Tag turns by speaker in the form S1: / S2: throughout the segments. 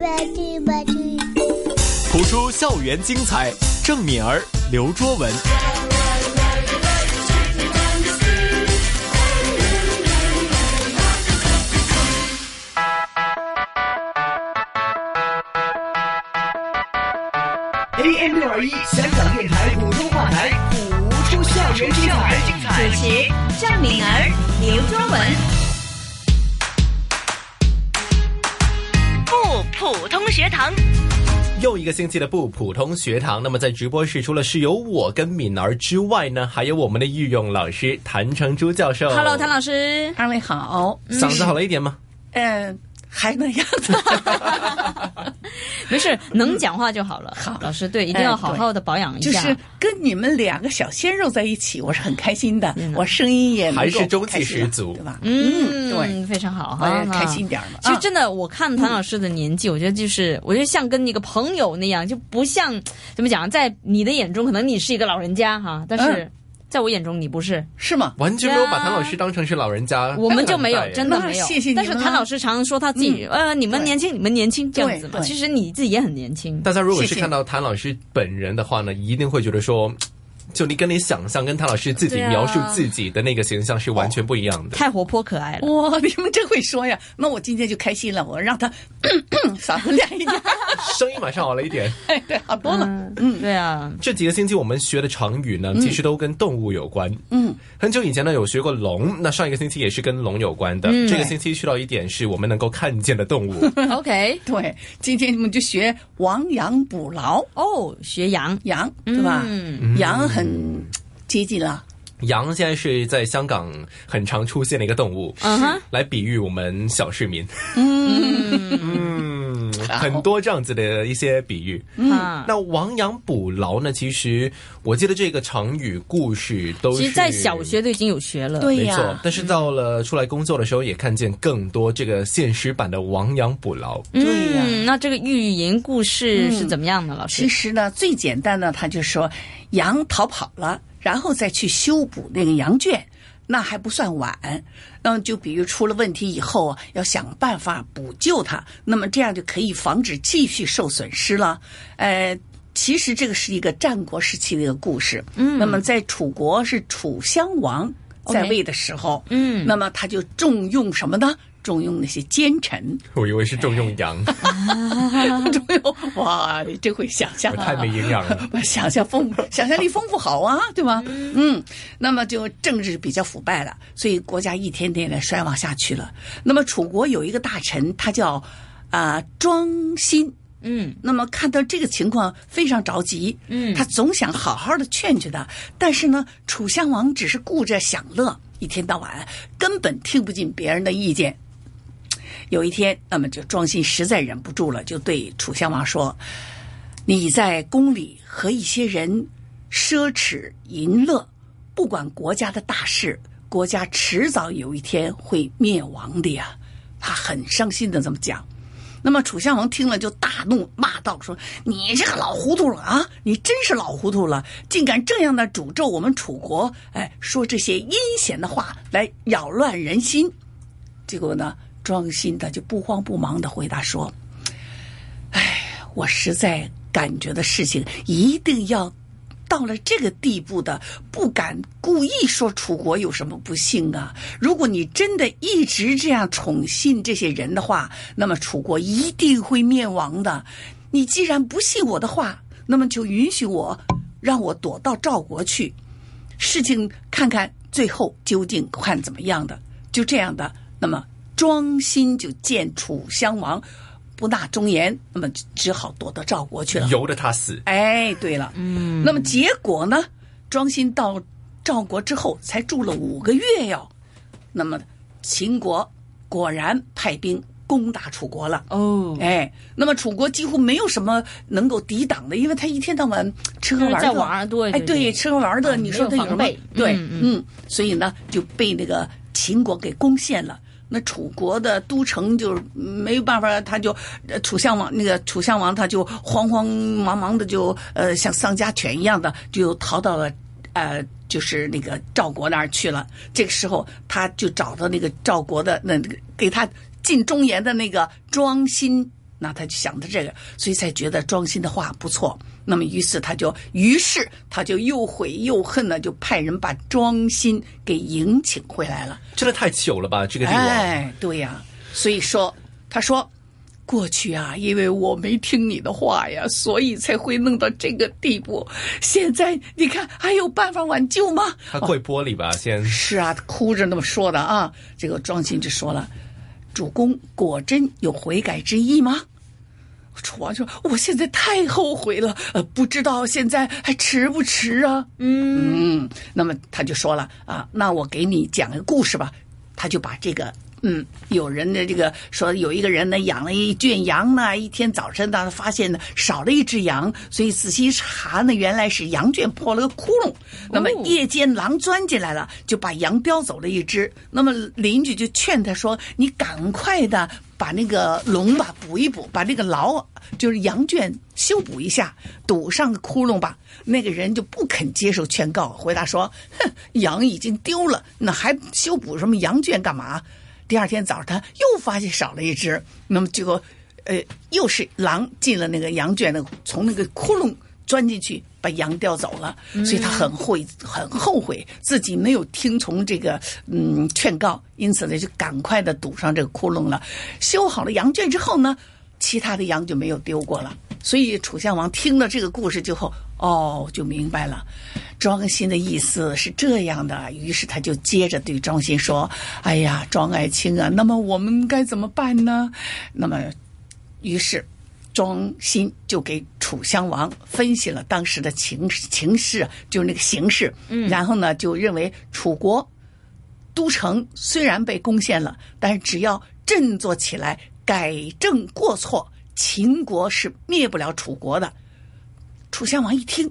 S1: 吧唧吧唧，
S2: 谱出校园精彩，郑敏儿、刘卓文。
S3: AM 六二一，香港电台普通话台，谱出校园精彩。
S4: 主持郑敏儿、刘卓文。不普通学堂，
S2: 又一个星期的不普通学堂。那么在直播室，除了是有我跟敏儿之外呢，还有我们的御用老师谭成珠教 授。
S5: Hello，谭老师，
S6: 二位好，
S2: 嗓子好了一点吗？
S6: 嗯、还那样子，
S5: 没事，能讲话就好了。好，老师，对，一定要好好的保养一
S6: 就
S5: 下。
S6: 是跟你们两个小鲜肉在一起，我是很开心的，我声音也能够
S2: 还是中气
S6: 开心了
S2: 十足
S6: 对吧？
S5: 嗯，
S6: 对
S5: 非常好哈
S6: 哎，开心点儿嘛
S5: 其实
S6: 啊
S5: 真的，我看谭老师的年纪，我觉得就是，我觉得像跟一个朋友那样，就不像怎么讲，在你的眼中，可能你是一个老人家哈，但是
S6: 嗯
S5: 在我眼中你不 是，
S6: 是吗？
S2: 完全没有
S5: 呀
S2: 把谭老师当成是老人家，
S5: 我们就没有
S2: 哎，
S5: 真的没 有
S6: 那谢谢。你
S5: 但
S6: 们
S5: 是谭老师常说他自己，呃，你们
S6: 嗯对
S5: 年轻，你们年轻这样子嘛。
S6: 对对
S5: 其实你自己也很年轻。
S2: 大家如果是
S6: 谢谢
S2: 看到谭老师本人的话呢，一定会觉得说，嗯就你跟你想象跟谭老师自己
S5: 对啊
S2: 描述自己的那个形象是完全不一 样的。
S5: 太活泼可爱了，
S6: 哇， 你们真会说呀！那我今天就开心了，我让他 嗓子亮一点，
S2: 声音马上好了一点。
S6: 哎对，好多了。
S5: 嗯，对 啊，
S2: 这几个星期我们学的成语呢，
S5: 嗯
S2: 其实都跟动物有关。
S6: 嗯，
S2: 很久以前呢有学过龙，那上一个星期也是跟龙有关的。
S5: 嗯
S2: 这个星期学到一点是我们能够看见的 动物。
S5: OK，
S6: 对，今天我们就学亡羊补牢，
S5: 哦，学羊，
S6: 羊对吧？
S5: 嗯
S6: 羊很接近了，
S2: 羊现在是在香港很常出现的一个动物，
S5: 嗯哼，
S2: 来比喻我们小市民。 嗯，很多这样子的一些比喻。
S6: 嗯
S5: 啊，
S2: 那亡羊补牢呢？其实我记得这个成语故事都是
S5: 其实，在小学都已经有学了。
S6: 对
S2: 没
S6: 呀、
S2: 错，但是到了出来工作的时候，也看见更多这个现实版的亡羊补牢。
S6: 对呀、
S5: 嗯，
S6: 嗯
S5: 那这个寓言故事是怎么样的，老师
S6: 其？实呢，最简单的，他就说羊逃跑了，然后再去修补那个羊圈，那还不算晚。嗯，就比如出了问题以后啊，要想办法补救它，那么这样就可以防止继续受损失了。呃。其实这个是一个战国时期的一个故事。嗯，那么在楚国是楚襄王
S5: OK
S6: 在位的时候，
S5: 嗯
S6: 那么他就重用什么呢？重用那些奸臣，
S2: 我以为是重用羊，
S6: 重用哇，你真会想象、
S2: 我
S6: 啊，
S2: 太没营养 了。
S6: 我想象丰想象力丰富好啊，对吧？嗯，那么就政治比较腐败了，所以国家一天天的衰亡下去了。那么楚国有一个大臣，他叫啊、庄辛。
S5: 嗯，
S6: 那么看到这个情况非常着急，嗯，他总想好好的劝劝他，但是呢，楚襄王只是顾着享乐，一天到晚根本听不进别人的意见。有一天，那么就庄辛实在忍不住了，就对楚襄王说：“你在宫里和一些人奢侈淫乐，不管国家的大事，国家迟早有一天会灭亡的呀。”他很伤心的这么讲。那么楚襄王听了就大怒，骂道：“说你这个老糊涂了啊！你真是老糊涂了，竟敢这样的诅咒我们楚国！哎，说这些阴险的话来扰乱人心。”结果呢，庄辛他就不慌不忙的回答说：“哎，我实在感觉的事情一定要到了这个地步的，不敢故意说楚国有什么不幸啊。如果你真的一直这样宠信这些人的话，那么楚国一定会灭亡的。你既然不信我的话，那么就允许我让我躲到赵国去，事情看看最后究竟看怎么样的，就这样的。那么庄辛就见楚襄王不纳忠言，那么只好躲到赵国去了。
S2: 由得他死，
S6: 哎，对了，嗯，那么结果呢？庄辛到赵国之后，才住了五个月哟。那么秦国果然派兵攻打楚国了。
S5: 哦，
S6: 哎，那么楚国几乎没有什么能够抵挡的，因为他一天到晚吃喝
S5: 就是
S6: 玩
S5: 在
S6: 乐，
S5: 玩儿对
S6: 哎，
S5: 对对
S6: 吃喝玩乐，
S5: 啊
S6: 你说
S5: 没有
S6: 他有什
S5: 防
S6: 么
S5: 备？
S6: 对，
S5: 嗯嗯
S6: 嗯，所以呢就被那个秦国给攻陷了。那楚国的都城就没有办法，他就呃楚襄王那个楚襄王他就慌慌忙忙的就呃像丧家犬一样的就逃到了呃就是那个赵国那儿去了。这个时候他就找到那个赵国的那那个给他进忠言的那个庄辛那他就想着这个，所以才觉得庄辛的话不错。那么于是他就，于是他就又悔又恨呢，就派人把庄辛给迎请回来了。
S2: 真的太糗了吧？这个帝王，
S6: 哎，对呀、所以说，他说，过去啊，因为我没听你的话呀，所以才会弄到这个地步。现在你看还有办法挽救吗？
S2: 他跪玻璃吧，先
S6: 是啊，哭着那么说的啊。这个庄辛就说了：“主公果真有悔改之意吗？”楚王说：“我现在太后悔了，呃，不知道现在还迟不迟啊？”嗯嗯，那么他就说了啊，那我给你讲个故事吧。他就把这个。嗯，有人的这个说有一个人呢养了一圈羊呢，一天早晨呢发现呢少了一只羊，所以仔细一查呢，原来是羊圈破了个窟窿。那么夜间狼钻进来了，就把羊叼走了一只。那么邻居就劝他说：“你赶快的把那个笼吧补一补，把那个牢就是羊圈修补一下，堵上个窟窿吧。”那个人就不肯接受劝告，回答说：“哼，羊已经丢了，那还修补什么羊圈干嘛？”第二天早上，他又发现少了一只，那么结果，呃，又是狼进了那个羊圈，那个从那个窟窿钻进去，把羊叼走了，所以他很悔，很后悔自己没有听从这个嗯劝告，因此呢，就赶快的堵上这个窟窿了。修好了羊圈之后呢，其他的羊就没有丢过了。所以楚襄王听了这个故事之后，哦，就明白了，庄辛的意思是这样的。于是他就接着对庄辛说：“哎呀，庄爱卿啊，那么我们该怎么办呢？”那么，于是庄辛就给楚襄王分析了当时的情情势，就是那个形势。嗯，然后呢，就认为楚国都城虽然被攻陷了，但是只要振作起来，改正过错，秦国是灭不了楚国的。楚襄王一听，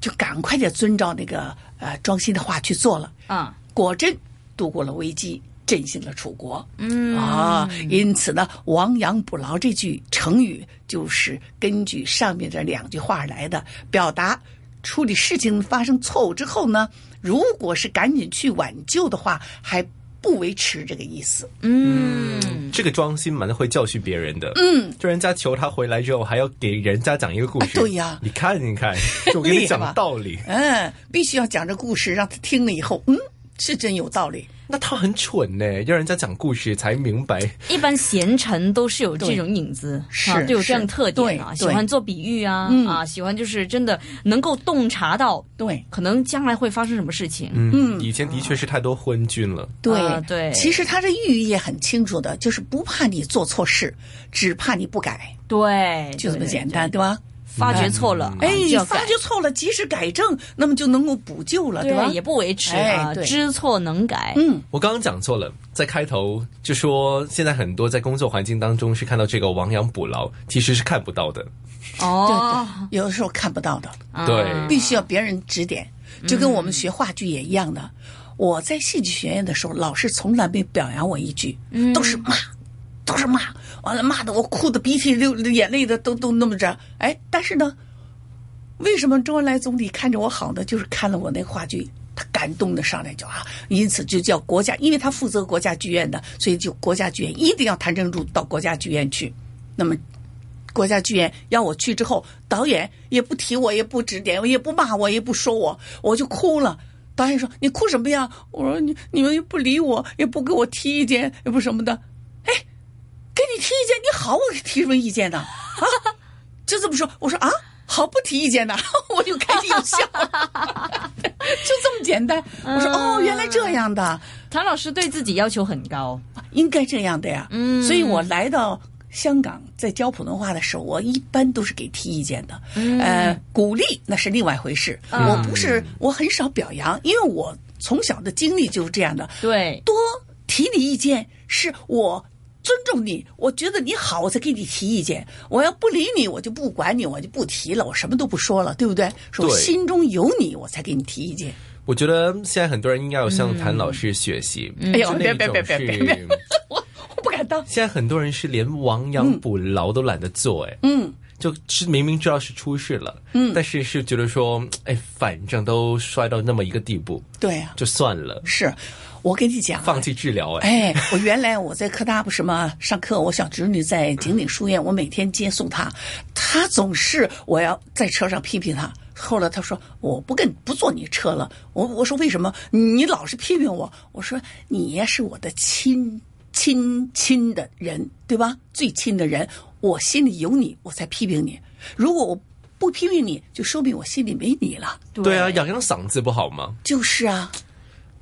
S6: 就赶快的遵照那个呃庄辛的话去做了。
S5: 啊，
S6: 果真度过了危机，振兴了楚国。嗯啊，因此呢，“亡羊补牢”这句成语就是根据上面这两句话来的，表达处理事情发生错误之后呢，如果是赶紧去挽救的话，还不为迟这个意思。嗯
S5: 嗯
S2: 这个庄心蛮会教训别人的，嗯，就人家求他回来之后，还要给人家讲一个故事，
S6: 哎对呀
S2: 你看你 看，就我跟
S6: 厉
S2: 你
S6: 害吧
S2: 讲道理，
S6: 嗯，必须要讲这故事，让他听了以后，嗯，是真有道理。
S2: 那他很蠢呢，要人家讲故事才明白，
S5: 一般贤臣都是有这种影子，
S6: 是
S5: 啊，都有这样
S6: 是
S5: 特点啊，
S6: 对
S5: 喜
S6: 对
S5: 欢做比喻啊，
S6: 嗯
S5: 啊，喜欢就是真的能够洞察到，
S6: 对
S5: 可能将来会发生什么事情。
S2: 嗯，以前的确是太多昏君了，
S6: 对、
S5: 啊对
S6: 其实他这寓意也很清楚的，就是不怕你做错事，只怕你不改，
S5: 对，
S6: 就这么
S5: 对
S6: 简单，。对吧？
S5: 对发觉错了，
S6: 哎
S5: 啊就，要
S6: 发
S5: 改。
S6: 觉错了，及时改正，那么就能够补救了，吧？
S5: 也不为迟
S6: 哎
S5: 啊，
S6: 对
S5: 知错能改。
S6: 嗯
S2: 我刚刚讲错了，在开头就说现在很多在工作环境当中是看到这个亡羊补牢，其实是看不到的。
S5: 哦，
S6: 有的时候看不到的，
S5: 啊
S2: 对
S6: 必须要别人指点，就跟我们学话剧也一样的。我在戏剧学院的时候，老师从来没表扬我一句，都是骂，都是骂，完了骂的我哭的鼻涕流眼泪的都都那么着。哎，但是呢，为什么周恩来总理看着我好呢？就是看了我那话剧，他感动的上来就啊，因此就叫国家，因为他负责国家剧院的，所以就国家剧院一定要谭正柱到国家剧院去。那么国家剧院要我去之后，导演也不提我，也不指点我，也不骂我，也不说我，我就哭了。导演说：“你哭什么呀？”我说：“你你们又不理我，也不给我提意见，也不什么的。”哎，给你提意见，你好，我提什么意见呢？啊，就这么说。我说啊，好不提意见呢， 我就开心又笑了， 就这么简单。我说哦，原来这样的。
S5: 谭老师对自己要求很高，
S6: 应该这样的呀。嗯，所以我来到香港，在教普通话的时候，我一般都是给提意见的，呃，鼓励那是另外一回事。我不是，我很少表扬，因为我从小的经历就是这样的。
S5: 对，
S6: 多提你意见，是我尊重你，我觉得你好，我才给你提意见。我要不理你，我就不管你，我就不提了，我什么都不说了，对不对？是我
S2: 对
S6: 心中有你，我才给你提意见。
S2: 我觉得现在很多人应该要向谭老师学习。
S6: 哎呦，
S2: 就那
S6: 别
S2: 一
S6: 别
S2: 种
S6: 别别
S2: 是
S6: 别别，我我不敢当。
S2: 现在很多人是连亡羊补牢都懒得做，哎，嗯，就是明明知道是出事了，嗯，但是是觉得说，哎，反正都摔到那么一个地步，
S6: 对呀、啊
S2: 就算了。
S6: 是，我跟你讲啊，
S2: 放弃治疗哎，
S6: 哎，我原来我在科大不什么上课，我小侄女在景岭书院，我每天接送她，她总是我要在车上批评她。后来她说我不跟不坐你车了，我我说为什么你老是批评我？我说你呀是我的亲亲亲的人，对吧？最亲的人，我心里有你，我才批评你。如果我不批评你，就说明我心里没你了。
S2: 对啊，养养嗓子不好吗？
S6: 就是啊，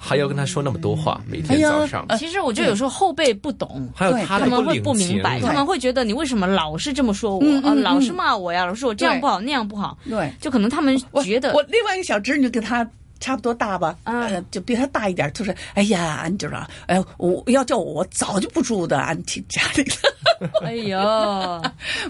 S2: 还要跟他说那么多话，每
S6: 哎
S2: 天
S6: 呀
S2: 早上，
S6: 呃
S5: 其实我觉得有时候后辈不懂。
S2: 还有
S6: 对
S2: 他
S5: 他
S2: 的
S5: 们会
S2: 领
S5: 不明
S2: 情
S5: 白，嗯他们会觉得你为什么老是这么说我啊，老是骂我呀，老是说我这样
S6: 对
S5: 不好那样不好，
S6: 对
S5: 就可能他们
S6: 我
S5: 觉得
S6: 我另外一个小侄女跟她差不多大吧，
S5: 嗯
S6: 呃，就比她大一点，她说：“哎呀，Angela，哎呀，我要叫我，我早就不住的 安琪家里了。
S5: 哎 呦，”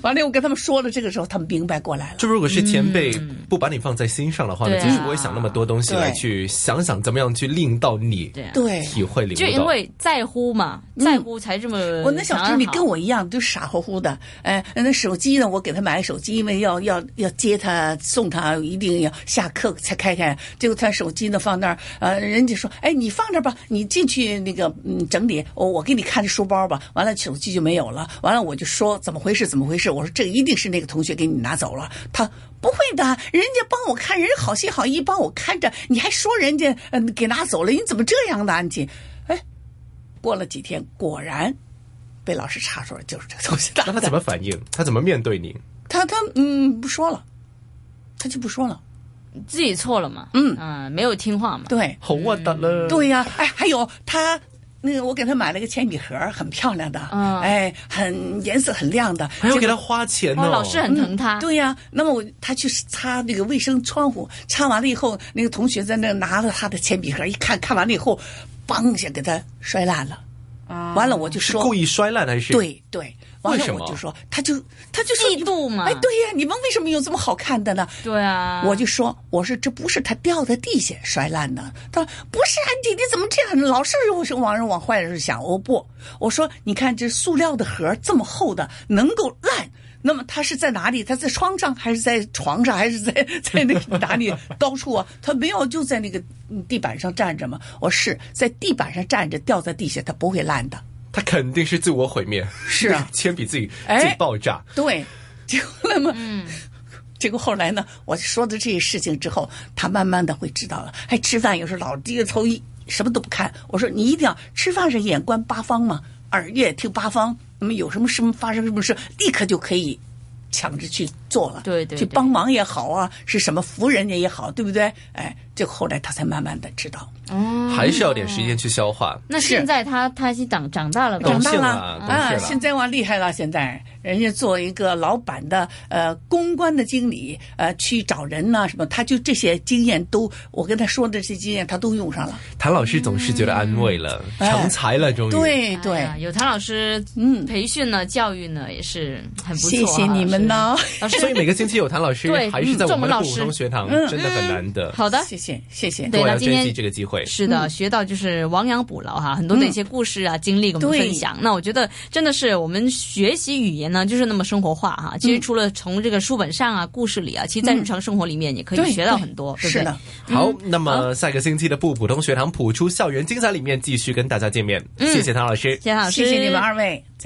S6: 完了，我跟他们说了这个时候，他们明白过来了。
S2: 就如果是前辈不把你放在心上的话呢，
S5: 嗯对啊
S2: 其实不会想那么多东西来去想想怎么样去令到你
S5: 对啊
S6: 对，
S2: 体会领悟
S5: 就
S2: 到。
S5: 因为在乎嘛，在乎才这么嗯呃想要好。
S6: 我那小侄女跟我一样，就傻乎乎的。哎，那手机呢？我给她买个手机，因为要要要接她送她，一定要下课才开开。结果她手机呢放那儿，呃，人家说：“哎，你放这儿吧，你进去那个嗯整理，我我给你看这书包吧。”完了手机就没有了。完了我就说怎么回事？怎么回事？我说这一定是那个同学给你拿走了。她。不会的，人家帮我看，人家好心好意帮我看着，你还说人家嗯、给拿走了，你怎么这样的，安姐？哎，过了几天，果然被老师查出来就是这个东西的。
S2: 那他怎么反应？他怎么面对你？
S6: 他他嗯不说了，他就不说了。
S5: 自己错了嘛，
S6: 嗯
S5: 啊，没有听话嘛，
S6: 对
S2: 好
S5: 嗯
S2: 我的了，
S6: 对呀、哎，还有他。那个，我给他买了个铅笔盒，很漂亮的，
S5: 嗯
S6: 哎，很颜色很亮的。
S2: 还要
S6: 结
S2: 给
S6: 果
S2: 他花钱
S5: 哇，
S2: 哦。
S5: 老师很疼他，
S6: 对呀、那么我他去擦那个卫生窗户，擦完了以后，那个同学在那拿着他的铅笔盒一看，看完了以后，梆一下给他摔烂了。完了，我就是说，
S2: 故意摔烂还是？，
S6: 对对，完
S2: 为什
S6: 了
S2: 么
S6: 我就说，他就他就说
S5: 嫉
S6: 你
S5: 妒嘛
S6: 哎，对呀、你们为什么有这么好看的呢？
S5: 对啊，
S6: 我就说，我说这不是他掉在地下摔烂的。他说不是安迪，你怎么这样？老是我是往人往坏处想。我不，我说你看这塑料的盒这么厚的，能够烂。那么他是在哪里？他在窗上，还是在床上，还是在在那个哪里高处啊？他没有就在那个嗯地板上站着嘛。我是在地板上站着，掉在地下，它不会烂的。
S2: 他肯定是自我毁灭，
S6: 是 啊
S2: 铅笔自己
S6: 哎
S2: 自己爆炸。
S6: 对，结果那么，
S5: 嗯
S6: 结果后来呢，我说的这些事情之后，他慢慢的会知道了。还吃饭有时候老低着头一什么都不看。我说你一定要吃饭是眼观八方嘛，耳也听八方，那么有什么什么发生什么事，立刻就可以。抢着去做了，
S5: 对对
S6: 去
S5: 对
S6: 帮忙也好啊，是什么服人家也好，对不对？哎，这后来他才慢慢的知道，
S5: 嗯
S2: 还是要点时间去消化。
S5: 那现在他他已经长长大了吧？
S2: 懂
S6: 长
S2: 事
S6: 大了
S2: 了懂事
S6: 啊！
S2: 了
S6: 现在哇厉害了，现在人家做一个老板的呃公关的经理，呃去找人呐、什么，他就这些经验都，我跟他说的这些经验他都用上了。
S2: 谭老师总是觉得安慰了，
S6: 哎
S2: 成才了，终于。，
S6: 对
S5: 哎
S6: 对，
S5: 呀有谭老师
S6: 嗯
S5: 培训呢，教育呢也是很不错啊。
S6: 谢谢你们
S5: 老
S6: 呢，
S5: 师，老
S2: 所以
S5: 师
S2: 每个星期有谭老师
S5: 对，
S2: 还是在
S5: 嗯
S2: 我们的
S5: 做我们老
S2: 普
S5: 师
S2: 通学堂，
S6: 嗯
S2: 真的很难得。
S5: 好的。
S6: 谢嗯谢谢谢。
S5: 对
S2: 我
S5: 那
S2: 要
S5: 今
S2: 珍
S5: 天
S2: 惜这个机会。
S5: 是的，学到就是亡羊补牢哈，很多的一些故事啊、经历跟我们
S6: 嗯对
S5: 分享。那我觉得真的是我们学习语言呢，就是那么生活化
S6: 嗯
S5: 哈。其实除了从这个书本上啊、故事里啊，其实在日常生活里面也可以
S6: 对
S5: 学到
S6: 对
S5: 很多，对不
S6: 是
S5: 对？
S6: 的，
S2: 好，那么下个星期的不普通学堂普出校园精彩里面继续跟大家见面。谢谢谭老师，
S5: 嗯谢谢谭老师，
S6: 谢谢你们二位。再见